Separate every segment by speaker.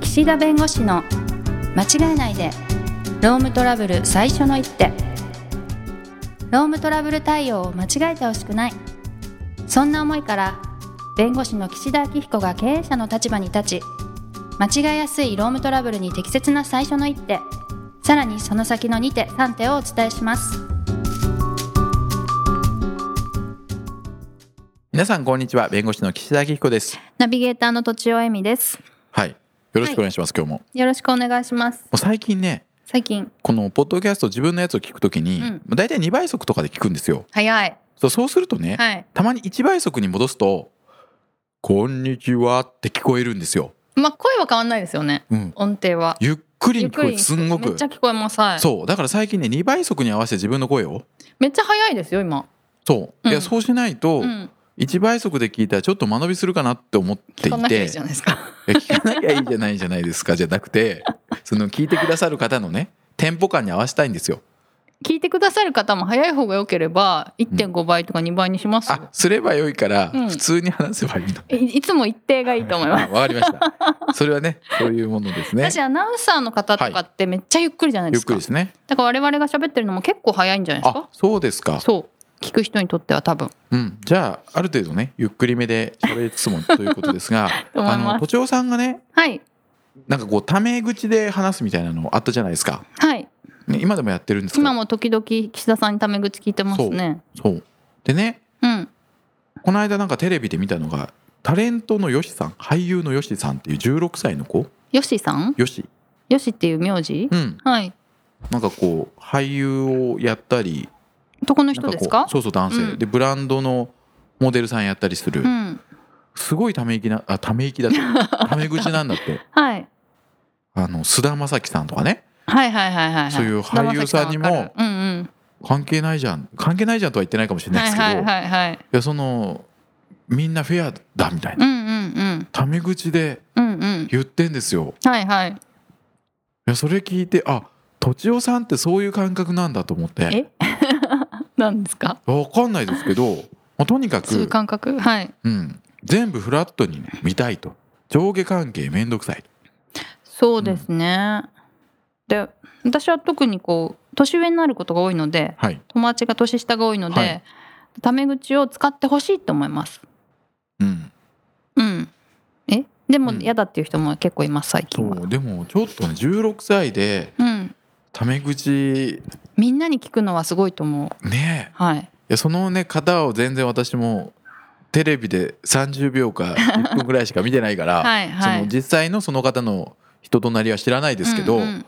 Speaker 1: 岸田弁護士の間違えないでロームトラブル最初の一手ロームトラブル対応を間違えてほしくないそんな思いから弁護士の岸田明彦が経営者の立場に立ち間違えやすいロームトラブルに適切な最初の一手さらにその先の2手3手をお伝えします
Speaker 2: 皆さんこんにちは弁護士の岸田明彦です
Speaker 1: ナビゲーターのとちおえみです
Speaker 2: はいよろしくお願いします、今日もも
Speaker 1: よろしくお願いします
Speaker 2: う最近ね
Speaker 1: 最近
Speaker 2: このポッドキャスト自分のやつを聞くときに、
Speaker 1: うん
Speaker 2: もう大体2倍速とかで聞くんですよ
Speaker 1: 早い
Speaker 2: そうそうするとね、
Speaker 1: はい
Speaker 2: たまに1倍速に戻すと「こんにちは」って聞こえるんですよ、
Speaker 1: まあ声は変わんないですよね
Speaker 2: うん、
Speaker 1: 音程は
Speaker 2: ゆっくりに聞こえ
Speaker 1: ゆっくり
Speaker 2: てすんご
Speaker 1: めっ
Speaker 2: く
Speaker 1: ちゃ聞こえますはい
Speaker 2: そうだから最近ね2倍速に合わせて自分の声を
Speaker 1: めっちゃ早いですよ今
Speaker 2: そう、いうや
Speaker 1: ん
Speaker 2: そうしないと
Speaker 1: うん
Speaker 2: 1倍速で聞いたらちょっと間延びするかなって思ってい
Speaker 1: そんな人い
Speaker 2: て、
Speaker 1: るじゃないですか
Speaker 2: いや聞かなきゃいいじゃないじゃないですかじゃなくてその聞いてくださる方のねテンポ感に合わせたいんですよ。
Speaker 1: 聞いてくださる方も早い方が良ければ1.5倍とか2倍にしますよ
Speaker 2: あすればよいから
Speaker 1: うん
Speaker 2: 普通に話せばいいの。
Speaker 1: いいつも一定がいいと思います
Speaker 2: あわかりました。それはねそういうものですね
Speaker 1: 私。アナウンサーの方とかってめっちゃゆっくりじゃないで
Speaker 2: ゆっ
Speaker 1: すか、
Speaker 2: くりですね。
Speaker 1: だから我々が喋ってるのも結構早いんじゃないです
Speaker 2: あ
Speaker 1: か
Speaker 2: そうですか。
Speaker 1: そう聞く人にとっては多分
Speaker 2: うんじゃあある程度ねゆっくりめで喋りつつもということですが
Speaker 1: と思い
Speaker 2: あ
Speaker 1: ます
Speaker 2: の都庁さんがね
Speaker 1: はい
Speaker 2: なんかこうタメ口で話すみたいなのあったじゃないですか。
Speaker 1: はい
Speaker 2: ね、今でもやってるんです
Speaker 1: 今
Speaker 2: か。
Speaker 1: も時々岸田さんにタメ口聞いてますね
Speaker 2: そうでね
Speaker 1: うん
Speaker 2: この間なんかテレビで見たのがタレントのヨシさん俳優のヨシさんっていう16歳の子
Speaker 1: よしさん
Speaker 2: ヨシ
Speaker 1: よしっていう名字、
Speaker 2: うん
Speaker 1: はい
Speaker 2: なんかこう俳優をやったり
Speaker 1: 男の
Speaker 2: なん
Speaker 1: 人
Speaker 2: こ
Speaker 1: で
Speaker 2: う
Speaker 1: すか
Speaker 2: そうそう男性、
Speaker 1: うん
Speaker 2: でブランドのモデルさんやったりする、
Speaker 1: うん
Speaker 2: すごいため息なあため 息だってため口なんだって
Speaker 1: はい
Speaker 2: あの菅田将暉さんとかね
Speaker 1: はいはいはいはいはい
Speaker 2: そういう俳優さんにも
Speaker 1: 菅田将暉さんわかるうんうん
Speaker 2: 関係ないじゃん関係ないじゃんとは言ってないかもしれないで
Speaker 1: はい
Speaker 2: すけど、
Speaker 1: はいいはいはい
Speaker 2: やそのみんなフェアだみたいな、
Speaker 1: うんうん
Speaker 2: ため口で
Speaker 1: うんうんうん
Speaker 2: 言ってんですよ
Speaker 1: はいはい
Speaker 2: いやそれ聞いてあとちおさんってそういう感覚なんだと思って
Speaker 1: えなんですか
Speaker 2: わかんないですけど、まあ、とにか
Speaker 1: そういう
Speaker 2: く、
Speaker 1: 感覚はい
Speaker 2: うん、全部フラットに、ね、見たいと上下関係めんどくさい
Speaker 1: そうですね、で私は特にこう年上になることが多いので
Speaker 2: はい
Speaker 1: 友達が年下が多いので、
Speaker 2: はい
Speaker 1: タメ口を使ってほしいと思います
Speaker 2: うん
Speaker 1: うんえでも
Speaker 2: うん
Speaker 1: 嫌だっていう人も結構います最近は
Speaker 2: そうでもちょっとね16歳で
Speaker 1: うん
Speaker 2: タメ口
Speaker 1: みんなに聞くのはすごいと思う
Speaker 2: ね
Speaker 1: はい
Speaker 2: いやそのね方を全然私もテレビで30秒か1分ぐらいしか見てないから
Speaker 1: はいはい
Speaker 2: その実際のその方の人となりは知らないですけど、
Speaker 1: うんうん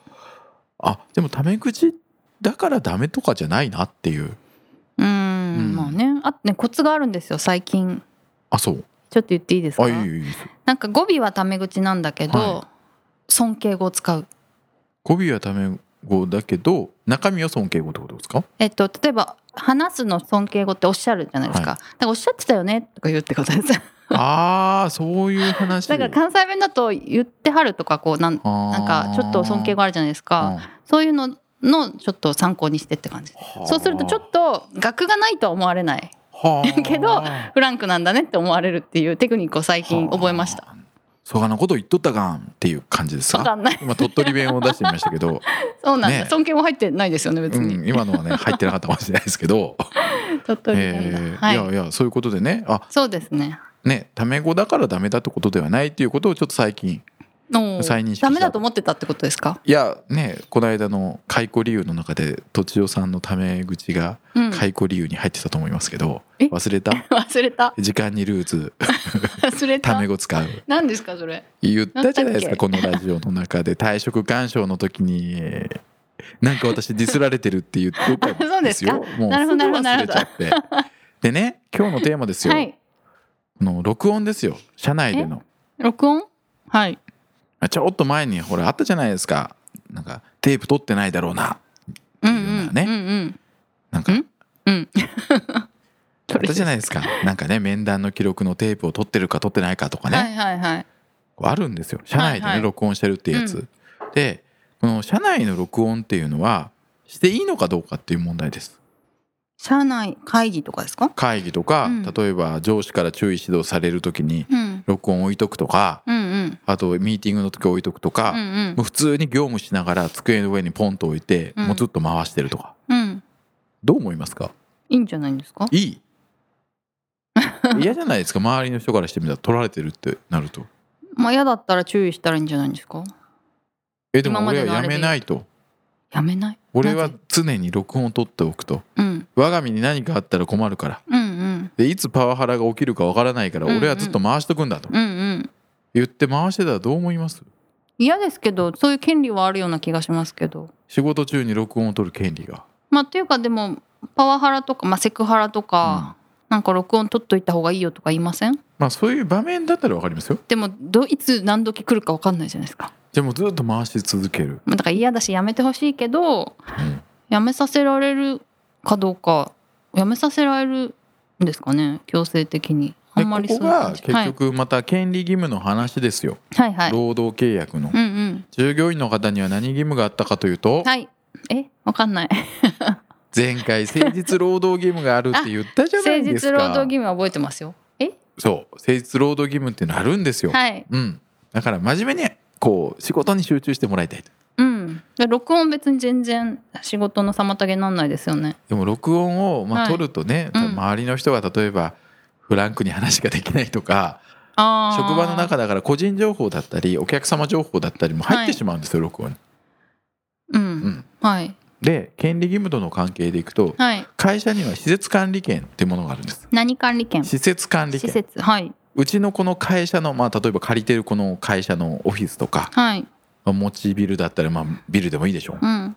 Speaker 2: あでもタメ口だからダメとかじゃないなっていう
Speaker 1: うん
Speaker 2: うん
Speaker 1: まあねあとねコツがあるんですよ最近
Speaker 2: あそう
Speaker 1: ちょっと言っていいですか
Speaker 2: あいいよいいです
Speaker 1: なんか語尾はタメ口なんだけど、
Speaker 2: は
Speaker 1: 尊敬語を使う
Speaker 2: 語尾はタメ語だけど中身は尊敬語ってことです か
Speaker 1: えっと、例えば話すの尊敬語っておっしゃるじゃないですか、
Speaker 2: は
Speaker 1: だからおっしゃってたよねとか言うってこと ですだ
Speaker 2: ああそういう話
Speaker 1: から関西弁だと言ってはるとかこうなんな
Speaker 2: なん
Speaker 1: かちょっと尊敬語あるじゃないですか、そういうののちょっと参考にしてって感じそうするとちょっと学がないとは思われない
Speaker 2: と
Speaker 1: けどフランクなんだねって思われるっていうテクニックを最近覚えました
Speaker 2: そうかなこと言っとったがんっていう感じです
Speaker 1: わか
Speaker 2: か
Speaker 1: んない
Speaker 2: 今鳥取弁を出してみましたけど、
Speaker 1: そうなんだ、
Speaker 2: ね
Speaker 1: 尊敬も入ってないですよね 別
Speaker 2: う
Speaker 1: に、
Speaker 2: ん、今のはね入ってなかったかもしれないですけど、
Speaker 1: ちょっとみたいな
Speaker 2: えー
Speaker 1: はい
Speaker 2: い、やいやそういうことでねあ
Speaker 1: そうですね
Speaker 2: ねタメ語だからダメだってことではないっていうことをちょっと最近
Speaker 1: の
Speaker 2: 再認識した
Speaker 1: ダメだと思ってたってことですか、
Speaker 2: いやねこの間の解雇理由の中でとちおさんのタメ口が
Speaker 1: うん、
Speaker 2: 解雇理由に入ってたと思いますけど、
Speaker 1: え
Speaker 2: 忘れた
Speaker 1: 忘れ た
Speaker 2: 時間にルーズ
Speaker 1: 忘れ
Speaker 2: タ
Speaker 1: た
Speaker 2: メ語使う
Speaker 1: 何ですかそれ
Speaker 2: 言ったじゃないです
Speaker 1: なんだっけ
Speaker 2: かこのラジオの中で退職勧奨の時になんか私ディスられてるって 言ってた
Speaker 1: あそうんで
Speaker 2: ですす
Speaker 1: か
Speaker 2: よもう
Speaker 1: なるほど
Speaker 2: すぐ
Speaker 1: な
Speaker 2: 忘れ
Speaker 1: るほど
Speaker 2: ちゃってでね今日のテーマですよ、
Speaker 1: はい
Speaker 2: この録音ですよ社内での
Speaker 1: 録音はい
Speaker 2: あちょっと前にほらあったじゃないですかなんかテープ取ってないだろうな
Speaker 1: うんう
Speaker 2: いうんのはね
Speaker 1: うんうん
Speaker 2: なんか
Speaker 1: んうん
Speaker 2: あったじゃないですかなんかね面談の記録のテープを取ってるか取ってないかとかね、
Speaker 1: はいはいはい
Speaker 2: こうあるんですよ社内でね、
Speaker 1: はいはい
Speaker 2: 録音してるってやつ、
Speaker 1: う
Speaker 2: でこの社内の録音っていうのはしていいのかどうかっていう問題です
Speaker 1: 社内会議とかですか
Speaker 2: 会議とか、
Speaker 1: うん
Speaker 2: 例えば上司から注意指導されるときに
Speaker 1: うん
Speaker 2: 録音置いとくとか、
Speaker 1: うんうんうん
Speaker 2: あとミーティングの時置いとくとか、
Speaker 1: うんうん
Speaker 2: もう普通に業務しながら机の上にポンと置いて、
Speaker 1: うん
Speaker 2: もうずっと回してるとか
Speaker 1: うん
Speaker 2: どう思いますか
Speaker 1: いいんじゃないんですか
Speaker 2: い い嫌じゃないですか周りの人からしてみたら取られてるってなると
Speaker 1: まあ嫌だったら注意したらいいんじゃないんですか
Speaker 2: えでも
Speaker 1: 今まで
Speaker 2: 俺
Speaker 1: の
Speaker 2: はや
Speaker 1: あれで
Speaker 2: めないと
Speaker 1: やめない
Speaker 2: 俺は
Speaker 1: なぜ
Speaker 2: 常に録音を取っておくと
Speaker 1: うん
Speaker 2: 我が身に何かあったら困るから
Speaker 1: うんうん
Speaker 2: でいつパワハラが起きるかわからないから
Speaker 1: うんうん
Speaker 2: 俺はずっと回しとくんだと
Speaker 1: うんうん
Speaker 2: 言って回してたらどう思います
Speaker 1: 嫌ですけどそういう権利はあるような気がしますけど
Speaker 2: 仕事中に録音を取る権利が
Speaker 1: まあというかでもパワハラとか、まあ、セクハラとか、なんか録音取っといた方がいいよとか言いません
Speaker 2: まあそういう場面だったらわかりますよ
Speaker 1: でもどいつ何時来るか分かんないじゃないですか、
Speaker 2: じゃあもうずっと回し続ける、
Speaker 1: まあ、だから嫌だしやめてほしいけど
Speaker 2: うん
Speaker 1: やめさせられるかどうかやめさせられるんですかね強制的にあ
Speaker 2: で
Speaker 1: んまり
Speaker 2: ここ
Speaker 1: ういう感
Speaker 2: が
Speaker 1: じ
Speaker 2: 結局また権利義務の話ですよ、
Speaker 1: はいはいはい
Speaker 2: 労働契約の、
Speaker 1: うんうん
Speaker 2: 従業員の方には何義務があったかというと、
Speaker 1: はいえわかんない
Speaker 2: 前回誠実労働義務があるって言ったじゃな
Speaker 1: 誠
Speaker 2: いです
Speaker 1: 実
Speaker 2: か
Speaker 1: 労働義務は覚えてますよえ
Speaker 2: そう誠実労働義務っていうのあるんですよ、
Speaker 1: はい
Speaker 2: うんだから真面目にこう仕事に集中してもらいたいと
Speaker 1: うんで録音別に全然仕事の妨げになんないですよね
Speaker 2: でも録音をま
Speaker 1: は
Speaker 2: あ
Speaker 1: い
Speaker 2: 取るとね、
Speaker 1: うん
Speaker 2: 周りの人が例えばフランクに話ができないとか
Speaker 1: あー
Speaker 2: 職場の中だから個人情報だったりお客様情報だったりも入ってしまうんですよ、録音に。
Speaker 1: うん、
Speaker 2: ん
Speaker 1: はい
Speaker 2: で権利義務との関係でいくと
Speaker 1: はい
Speaker 2: 会社には施設管理権ってものがあるんです。
Speaker 1: 何管理権
Speaker 2: 施設管理
Speaker 1: 施
Speaker 2: 権
Speaker 1: 設はいう
Speaker 2: ちのこの会社の、まあ、例えば借りてるこの会社のオフィスとか、
Speaker 1: はい
Speaker 2: まあ、持ちビルだったら、まあ、ビルでもいいでしょう
Speaker 1: うん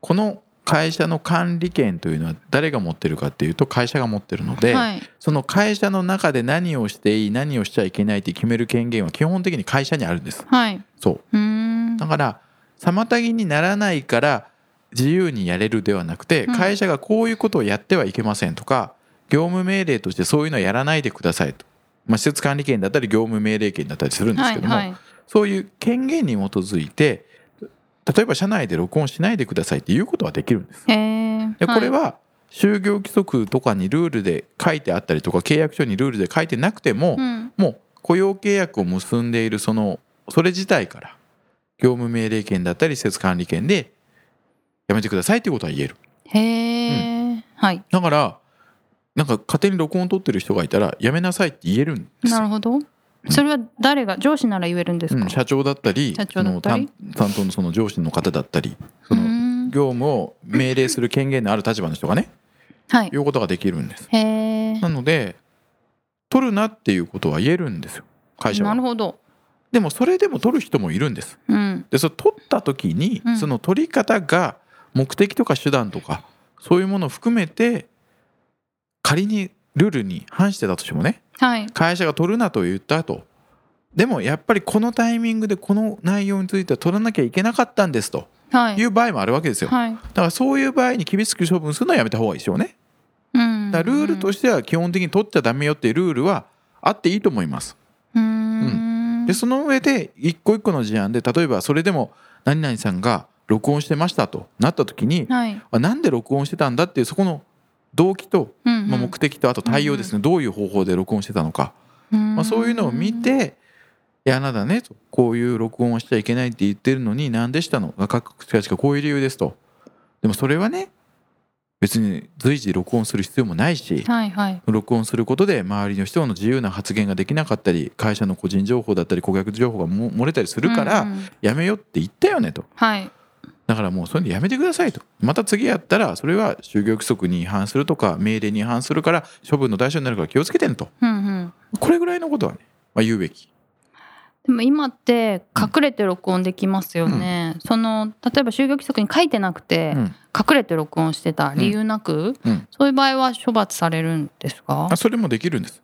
Speaker 2: この会社の管理権というのは誰が持ってるかっていうと会社が持ってるので、
Speaker 1: はい
Speaker 2: その会社の中で何をしていい何をしちゃいけないって決める権限は基本的に会社にあるんです
Speaker 1: はいう
Speaker 2: そう
Speaker 1: ーん
Speaker 2: だから妨げにならないから自由にやれるではなくて
Speaker 1: うん
Speaker 2: 会社がこういうことをやってはいけませんとか業務命令としてそういうのはやらないでくださいと、まあ、施設管理権だったり業務命令権だったりするんですけども、
Speaker 1: はいはい
Speaker 2: そういう権限に基づいて例えば社内で録音しないでくださいっていうことはできるんです。
Speaker 1: へえ
Speaker 2: でこれは就業規則とかにルールで書いてあったりとか契約書にルールで書いてなくても、
Speaker 1: うん
Speaker 2: もう雇用契約を結んでいるそのそれ自体から業務命令権だったり施設管理権でやめてくださいっていうことは言える
Speaker 1: へえ、はい
Speaker 2: だからなんか勝手に録音を取ってる人がいたらやめなさいって言えるんです
Speaker 1: なるほどそれは誰が上司なら言えるんですか、
Speaker 2: うん社長だったり
Speaker 1: 社長だった
Speaker 2: そ
Speaker 1: り
Speaker 2: の担担当のその上司の方だったりそう
Speaker 1: ー
Speaker 2: の
Speaker 1: ん
Speaker 2: 業務を命令する権限のある立場の人がね
Speaker 1: はい
Speaker 2: いうことができるんです
Speaker 1: へえ
Speaker 2: なので取るなっていうことは言えるんですよ会社
Speaker 1: なる
Speaker 2: は
Speaker 1: ほど
Speaker 2: でもそれでも取る人もいるんです
Speaker 1: うん
Speaker 2: でそれ取った時に、
Speaker 1: うん
Speaker 2: その取り方が目的とか手段とかそういうものを含めて仮にルールに反してたとしてもね
Speaker 1: はい
Speaker 2: 会社が取るなと言ったとでもやっぱりこのタイミングでこの内容については取らなきゃいけなかったんですと
Speaker 1: はい
Speaker 2: いう場合もあるわけですよだ
Speaker 1: はい
Speaker 2: からそういう場合に厳しく処分するのはやめた方がいいですよね
Speaker 1: うん
Speaker 2: だからルールとしては基本的に取っちゃダメよっていうルールはあっていいと思います
Speaker 1: うーん
Speaker 2: でその上で一個一個の事案で例えばそれでも何々さんが録音してましたとなった時に
Speaker 1: はい
Speaker 2: あなんで録音してたんだっていうそこの動機と、
Speaker 1: うんうん
Speaker 2: まあ、目的とあと対応ですねどういう方法で録音してたのか、ま
Speaker 1: ま
Speaker 2: あ、そういうのを見て「いやあなたね」と「こういう録音はしちゃいけないって言ってるのになんでしたの?」が各国しかこういう理由ですと。でもそれはね別に随時録音する必要もないし、
Speaker 1: はいはい
Speaker 2: 録音することで周りの人の自由な発言ができなかったり会社の個人情報だったり顧客情報がも漏れたりするか
Speaker 1: うんう
Speaker 2: ら
Speaker 1: ん
Speaker 2: やめようって言ったよねと
Speaker 1: はい
Speaker 2: だからもうそれでやめてくださいとまた次やったらそれは就業規則に違反するとか命令に違反するから処分の対象になるから気をつけてねと
Speaker 1: うんうん
Speaker 2: これぐらいのことはね、まあ、言うべき
Speaker 1: でも今って隠れて録音できますよね、その例えば就業規則に書いてなくて、
Speaker 2: うん
Speaker 1: 隠れて録音してた理由なく、
Speaker 2: うん
Speaker 1: そういう場合は処罰されるんですか
Speaker 2: あそれもできるんです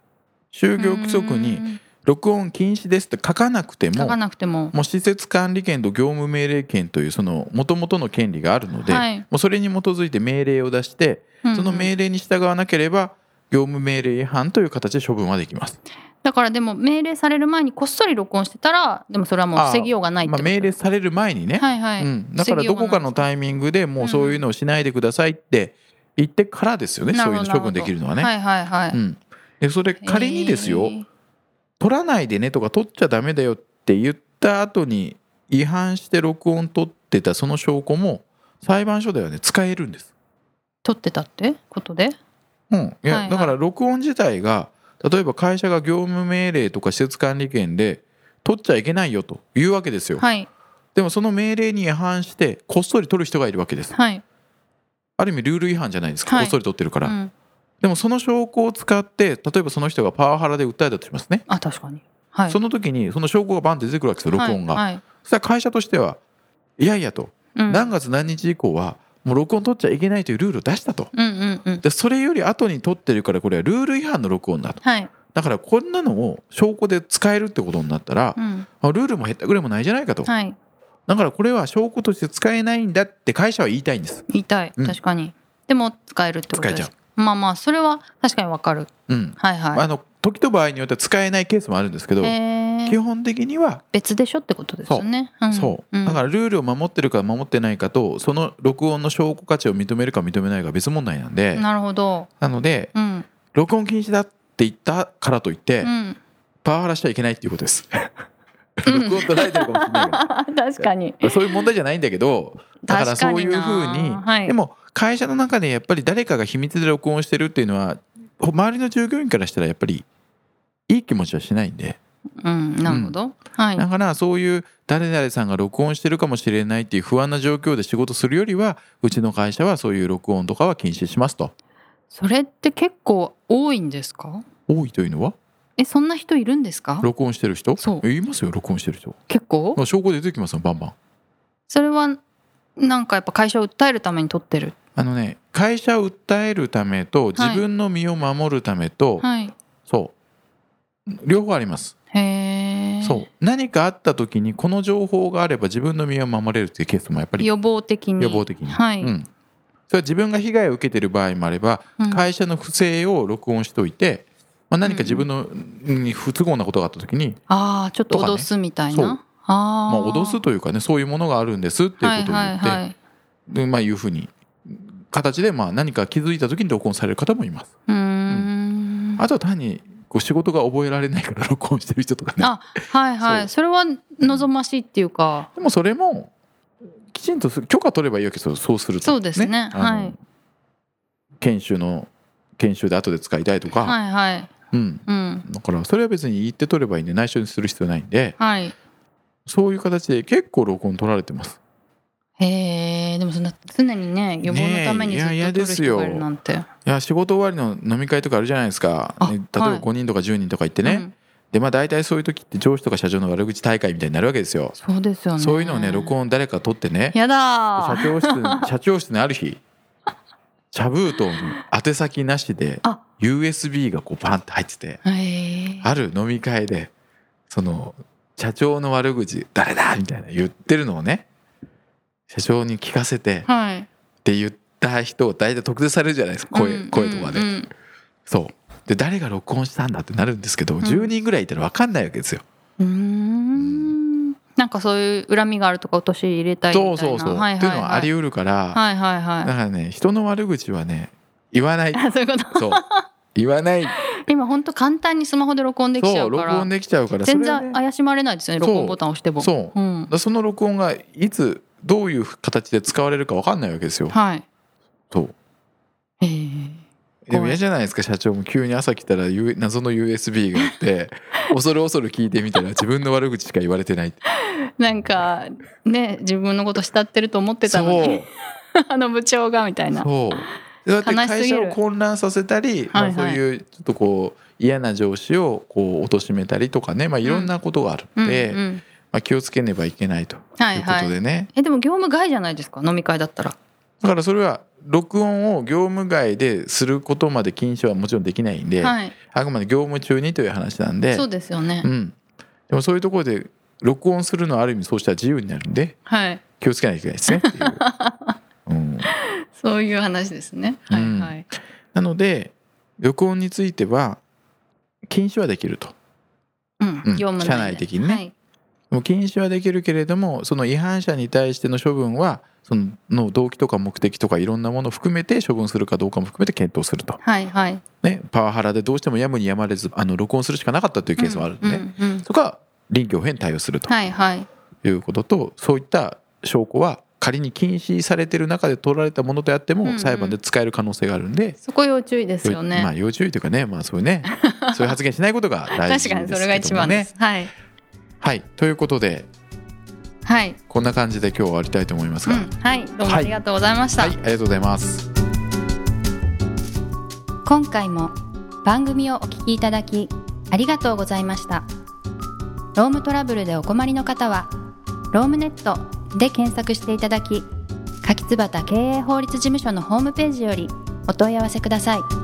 Speaker 2: 就業規則
Speaker 1: う
Speaker 2: に
Speaker 1: ん
Speaker 2: 録音禁止ですって書かなくて
Speaker 1: 書
Speaker 2: も
Speaker 1: かなくても
Speaker 2: もう施設管理権と業務命令権というその元々の権利があるので、
Speaker 1: はい
Speaker 2: もうそれに基づいて命令を出してその
Speaker 1: うんう
Speaker 2: 命
Speaker 1: ん
Speaker 2: 令に従わなければ業務命令違反という形で処分はできます。
Speaker 1: だからでも命令される前にこっそり録音してたらでもそれはもう防ぎようがないって
Speaker 2: ま
Speaker 1: こ
Speaker 2: あ、
Speaker 1: と
Speaker 2: 命令される前にね、
Speaker 1: はいはい、
Speaker 2: うん、だからどこかのタイミングでもうそういうのをしないでくださいって言ってからですよね、
Speaker 1: な
Speaker 2: そうい
Speaker 1: るほ
Speaker 2: う
Speaker 1: ど
Speaker 2: の処分できるのはね。
Speaker 1: はいはいはい、
Speaker 2: うん、でそれ仮にですよ、
Speaker 1: へー
Speaker 2: 取らないでねとか取っちゃダメだよっって言った後に違反して録音取ってたその証拠も裁判所ではね使えるんです。
Speaker 1: 取ってたってことで
Speaker 2: うん、いや、
Speaker 1: はいはい
Speaker 2: だから録音自体が例えば会社が業務命令とか施設管理権で取っちゃいけないよというわけですよ、
Speaker 1: はい
Speaker 2: でもその命令に違反してこっそり取る人がいるわけです
Speaker 1: はい、
Speaker 2: ある意味ルール違反じゃないですか、
Speaker 1: はい
Speaker 2: こっそり取ってるか
Speaker 1: う
Speaker 2: ら、
Speaker 1: ん、
Speaker 2: でもその証拠を使って例えばその人がパワハラで訴えたとしますね、
Speaker 1: あ確かにはい
Speaker 2: その時にその証拠がバンって出てくるわけですよ録音が、
Speaker 1: はいはい
Speaker 2: そしたら会社としてはいやいやと、
Speaker 1: うん、
Speaker 2: 何月何日以降はもう録音取っちゃいけないというルールを出したと
Speaker 1: うんうんうん
Speaker 2: でそれより後に取ってるからこれはルール違反の録音だと
Speaker 1: はい、
Speaker 2: だからこんなのを証拠で使えるってことになったら
Speaker 1: う、ん、
Speaker 2: あルールも減ったくれもないじゃないかと、
Speaker 1: はい
Speaker 2: だからこれは証拠として使えないんだって会社は言いたいんです。
Speaker 1: 言いたい
Speaker 2: うん
Speaker 1: 確かに、でも使えるってことです
Speaker 2: 使えち
Speaker 1: まあまあそれは確かにわかる
Speaker 2: うん
Speaker 1: はいは
Speaker 2: あの時と場合によっては使えないケースもあるんですけ
Speaker 1: い
Speaker 2: ど、
Speaker 1: へ
Speaker 2: 基
Speaker 1: え
Speaker 2: 本的には、
Speaker 1: 別でしょってことですよねん
Speaker 2: そう、
Speaker 1: ん
Speaker 2: だからルールを守ってるか守ってないかとその録音の証拠価値を認めるか認めないかは別問題なんでな
Speaker 1: なるほど
Speaker 2: ので
Speaker 1: うん
Speaker 2: 録音禁止だって言ったからといって、
Speaker 1: うん
Speaker 2: パワハラしちゃいけないっていうことで す。録音取られてるかもしれないけど
Speaker 1: 確かに
Speaker 2: まあそういう問題じゃないんだけどだからそういうふう
Speaker 1: 確か
Speaker 2: に
Speaker 1: になはい
Speaker 2: でも会社の中でやっぱり誰かが秘密で録音してるっていうのは周りの従業員からしたらやっぱりいい気持ちはしないんで
Speaker 1: うんなるほど、はい
Speaker 2: だからそういう誰々さんが録音してるかもしれないっていう不安な状況で仕事するよりはうちの会社はそういう録音とかは禁止しますと
Speaker 1: それって結構多いんですか
Speaker 2: 多いというのは
Speaker 1: えそんな人いるんですか
Speaker 2: 録音してる人
Speaker 1: そう
Speaker 2: 言いますよ録音してる人
Speaker 1: 結構
Speaker 2: まあ証拠で出てきますよバンバン
Speaker 1: それはなんかやっぱ会社を訴えるために取ってる
Speaker 2: あのね会社を訴えるためと自分の身を守るためと、
Speaker 1: はい
Speaker 2: そう両方あります、
Speaker 1: へえ
Speaker 2: そう何かあった時にこの情報があれば自分の身を守れるっていうケースもやっぱり予
Speaker 1: 予防的に
Speaker 2: 防的に、
Speaker 1: はい、
Speaker 2: うん、それは自分が被害を受けてる場合もあれば
Speaker 1: うん
Speaker 2: 会社の不正を録音しといて、まあ、何か自分のに不都合なことがあった時に、
Speaker 1: ああちょっと
Speaker 2: とかね
Speaker 1: 脅すみたいな、
Speaker 2: そう
Speaker 1: あ
Speaker 2: ま
Speaker 1: あ
Speaker 2: あ、脅すというかねそういうものがあるんですっていうことを言って、
Speaker 1: はいはいはい、
Speaker 2: でまあ、いうふうに形でまあ何か気づいた時に録音される方もいます。
Speaker 1: うーん
Speaker 2: あとは単にこう仕事が覚えられないから録音してる人とかね
Speaker 1: あはいはい
Speaker 2: そう
Speaker 1: それは望ましいっていうか
Speaker 2: でもそれもきちんとす許可取ればいいわけですよそうすると
Speaker 1: そうですね
Speaker 2: あの
Speaker 1: はい
Speaker 2: 研修の研修で後で使いたいとか、
Speaker 1: はいはい
Speaker 2: うん
Speaker 1: うん
Speaker 2: だからそれは別に言って取ればいいんで内緒にする必要ないんで
Speaker 1: はい
Speaker 2: そういう形で結構録音取られてます
Speaker 1: へえでもそんな常にね予防のために
Speaker 2: ねえいや
Speaker 1: ずっと
Speaker 2: いやで
Speaker 1: 取る
Speaker 2: すよ
Speaker 1: 人がいるなんて、
Speaker 2: いや仕事終わりの飲み会とかあるじゃないですか、
Speaker 1: あ
Speaker 2: ね例えば
Speaker 1: はい
Speaker 2: 5人とか10人とか行ってね、
Speaker 1: うん
Speaker 2: でまあ大体そういう時って上司とか社長の悪口大会みたいになるわけですよ
Speaker 1: そうですよね
Speaker 2: そういうのをね録音誰か取ってね
Speaker 1: やだ
Speaker 2: 社長
Speaker 1: ー
Speaker 2: 室 に社長室にある日茶封筒に宛先なしで
Speaker 1: あ
Speaker 2: USB がこうパンって入ってて
Speaker 1: へえ
Speaker 2: ある飲み会でその社長の悪口「誰だ!」みたいな言ってるのをね社長に聞かせてっ
Speaker 1: はい
Speaker 2: て言った人を大体特定されるじゃないですか声,、
Speaker 1: うん
Speaker 2: 声とかで、
Speaker 1: うんうん
Speaker 2: そうで誰が録音したんだってなるんですけど、10人ぐらいいたら分かんないわけですよ
Speaker 1: うーんなんかそういう恨みがあるとか落とし入れたいみたい
Speaker 2: そ
Speaker 1: な
Speaker 2: うそうそう、
Speaker 1: はい
Speaker 2: って
Speaker 1: はいいう
Speaker 2: のはあり
Speaker 1: う
Speaker 2: 得るから、
Speaker 1: はいは
Speaker 2: だ
Speaker 1: いは
Speaker 2: からね人の悪口はね言わない い
Speaker 1: あそういうこと
Speaker 2: そう言わない
Speaker 1: 今本当簡単にスマホで録音できちゃ
Speaker 2: そう
Speaker 1: うか
Speaker 2: 録
Speaker 1: ら
Speaker 2: 音できちゃうから
Speaker 1: 全
Speaker 2: それ
Speaker 1: 然
Speaker 2: はね
Speaker 1: 怪しまれないですよね録音ボタンを押しても
Speaker 2: そう
Speaker 1: うん
Speaker 2: だからその録音がいつどういう形で使われるか分かんないわけですよ。
Speaker 1: はい
Speaker 2: そう
Speaker 1: えー
Speaker 2: でも
Speaker 1: 怖い
Speaker 2: 嫌じゃないですか社長も急に朝来たら U- 謎の USB があって 恐る恐る聞いてみたら自分の悪口しか言われてないって
Speaker 1: なんかね自分のこと慕ってると思ってたのに あの部長がみたいな
Speaker 2: そうそうだって
Speaker 1: 悲し
Speaker 2: 会
Speaker 1: すぎ
Speaker 2: 社
Speaker 1: る
Speaker 2: を混乱させたり、
Speaker 1: はいはい
Speaker 2: まあ、そういうちょっとこう嫌な上司をこう貶めたりとかね、まあ、いろんなことがある
Speaker 1: うんん
Speaker 2: で、
Speaker 1: うん
Speaker 2: まあ、気をつけねばいけないという
Speaker 1: はい
Speaker 2: こ
Speaker 1: はい
Speaker 2: とでね、
Speaker 1: えでも業務外じゃないですか飲み会だったら
Speaker 2: だからそれは録音を業務外ですることまで禁止はもちろんできないんで、
Speaker 1: はい
Speaker 2: あくまで業務中にという話なんで
Speaker 1: そうですよね
Speaker 2: うん、でもそういうところで録音するのはある意味そうしたら自由になるんで
Speaker 1: はい
Speaker 2: 気をつけないといけないですねっていう、 うん、
Speaker 1: そういう話ですねはいはい
Speaker 2: なので録音については禁止はできると
Speaker 1: うん
Speaker 2: うん
Speaker 1: 業務
Speaker 2: 社内的にね
Speaker 1: ね
Speaker 2: でも禁止はできるけれどもその違反者に対しての処分はそのの動機とか目的とかいろんなものを含めて処分するかどうかも含めて検討すると、
Speaker 1: はいはい
Speaker 2: ね、パワハラでどうしてもやむにやまれずあの録音するしかなかったというケースもあるんで、
Speaker 1: うんうんうん
Speaker 2: そこは臨機応変に対応すると
Speaker 3: はいはい
Speaker 2: いうことと、そういった証拠は仮に禁止されてる中で取られたものであって
Speaker 3: うんうん
Speaker 2: も裁判で使える可能性があるんで、
Speaker 3: そこ要注意ですよね、
Speaker 2: まあ要注意というかね、まあそういうね、そういう発言しないことが大
Speaker 3: 確
Speaker 2: 事ですけ
Speaker 3: か
Speaker 2: ども
Speaker 3: に
Speaker 2: ね。
Speaker 3: それが一番です、はい
Speaker 2: はい、ということで
Speaker 3: はい、
Speaker 2: こんな感じで今日は終わりたいと思います
Speaker 3: うん
Speaker 2: が、
Speaker 3: はいどうもありがとうございました、
Speaker 2: はい、ありがとうございます。
Speaker 3: 今回も番組をお聞きいただきありがとうございましたロームトラブルでお困りの方は「ロームネット」で検索していただき柿椿経営法律事務所のホームページよりお問い合わせください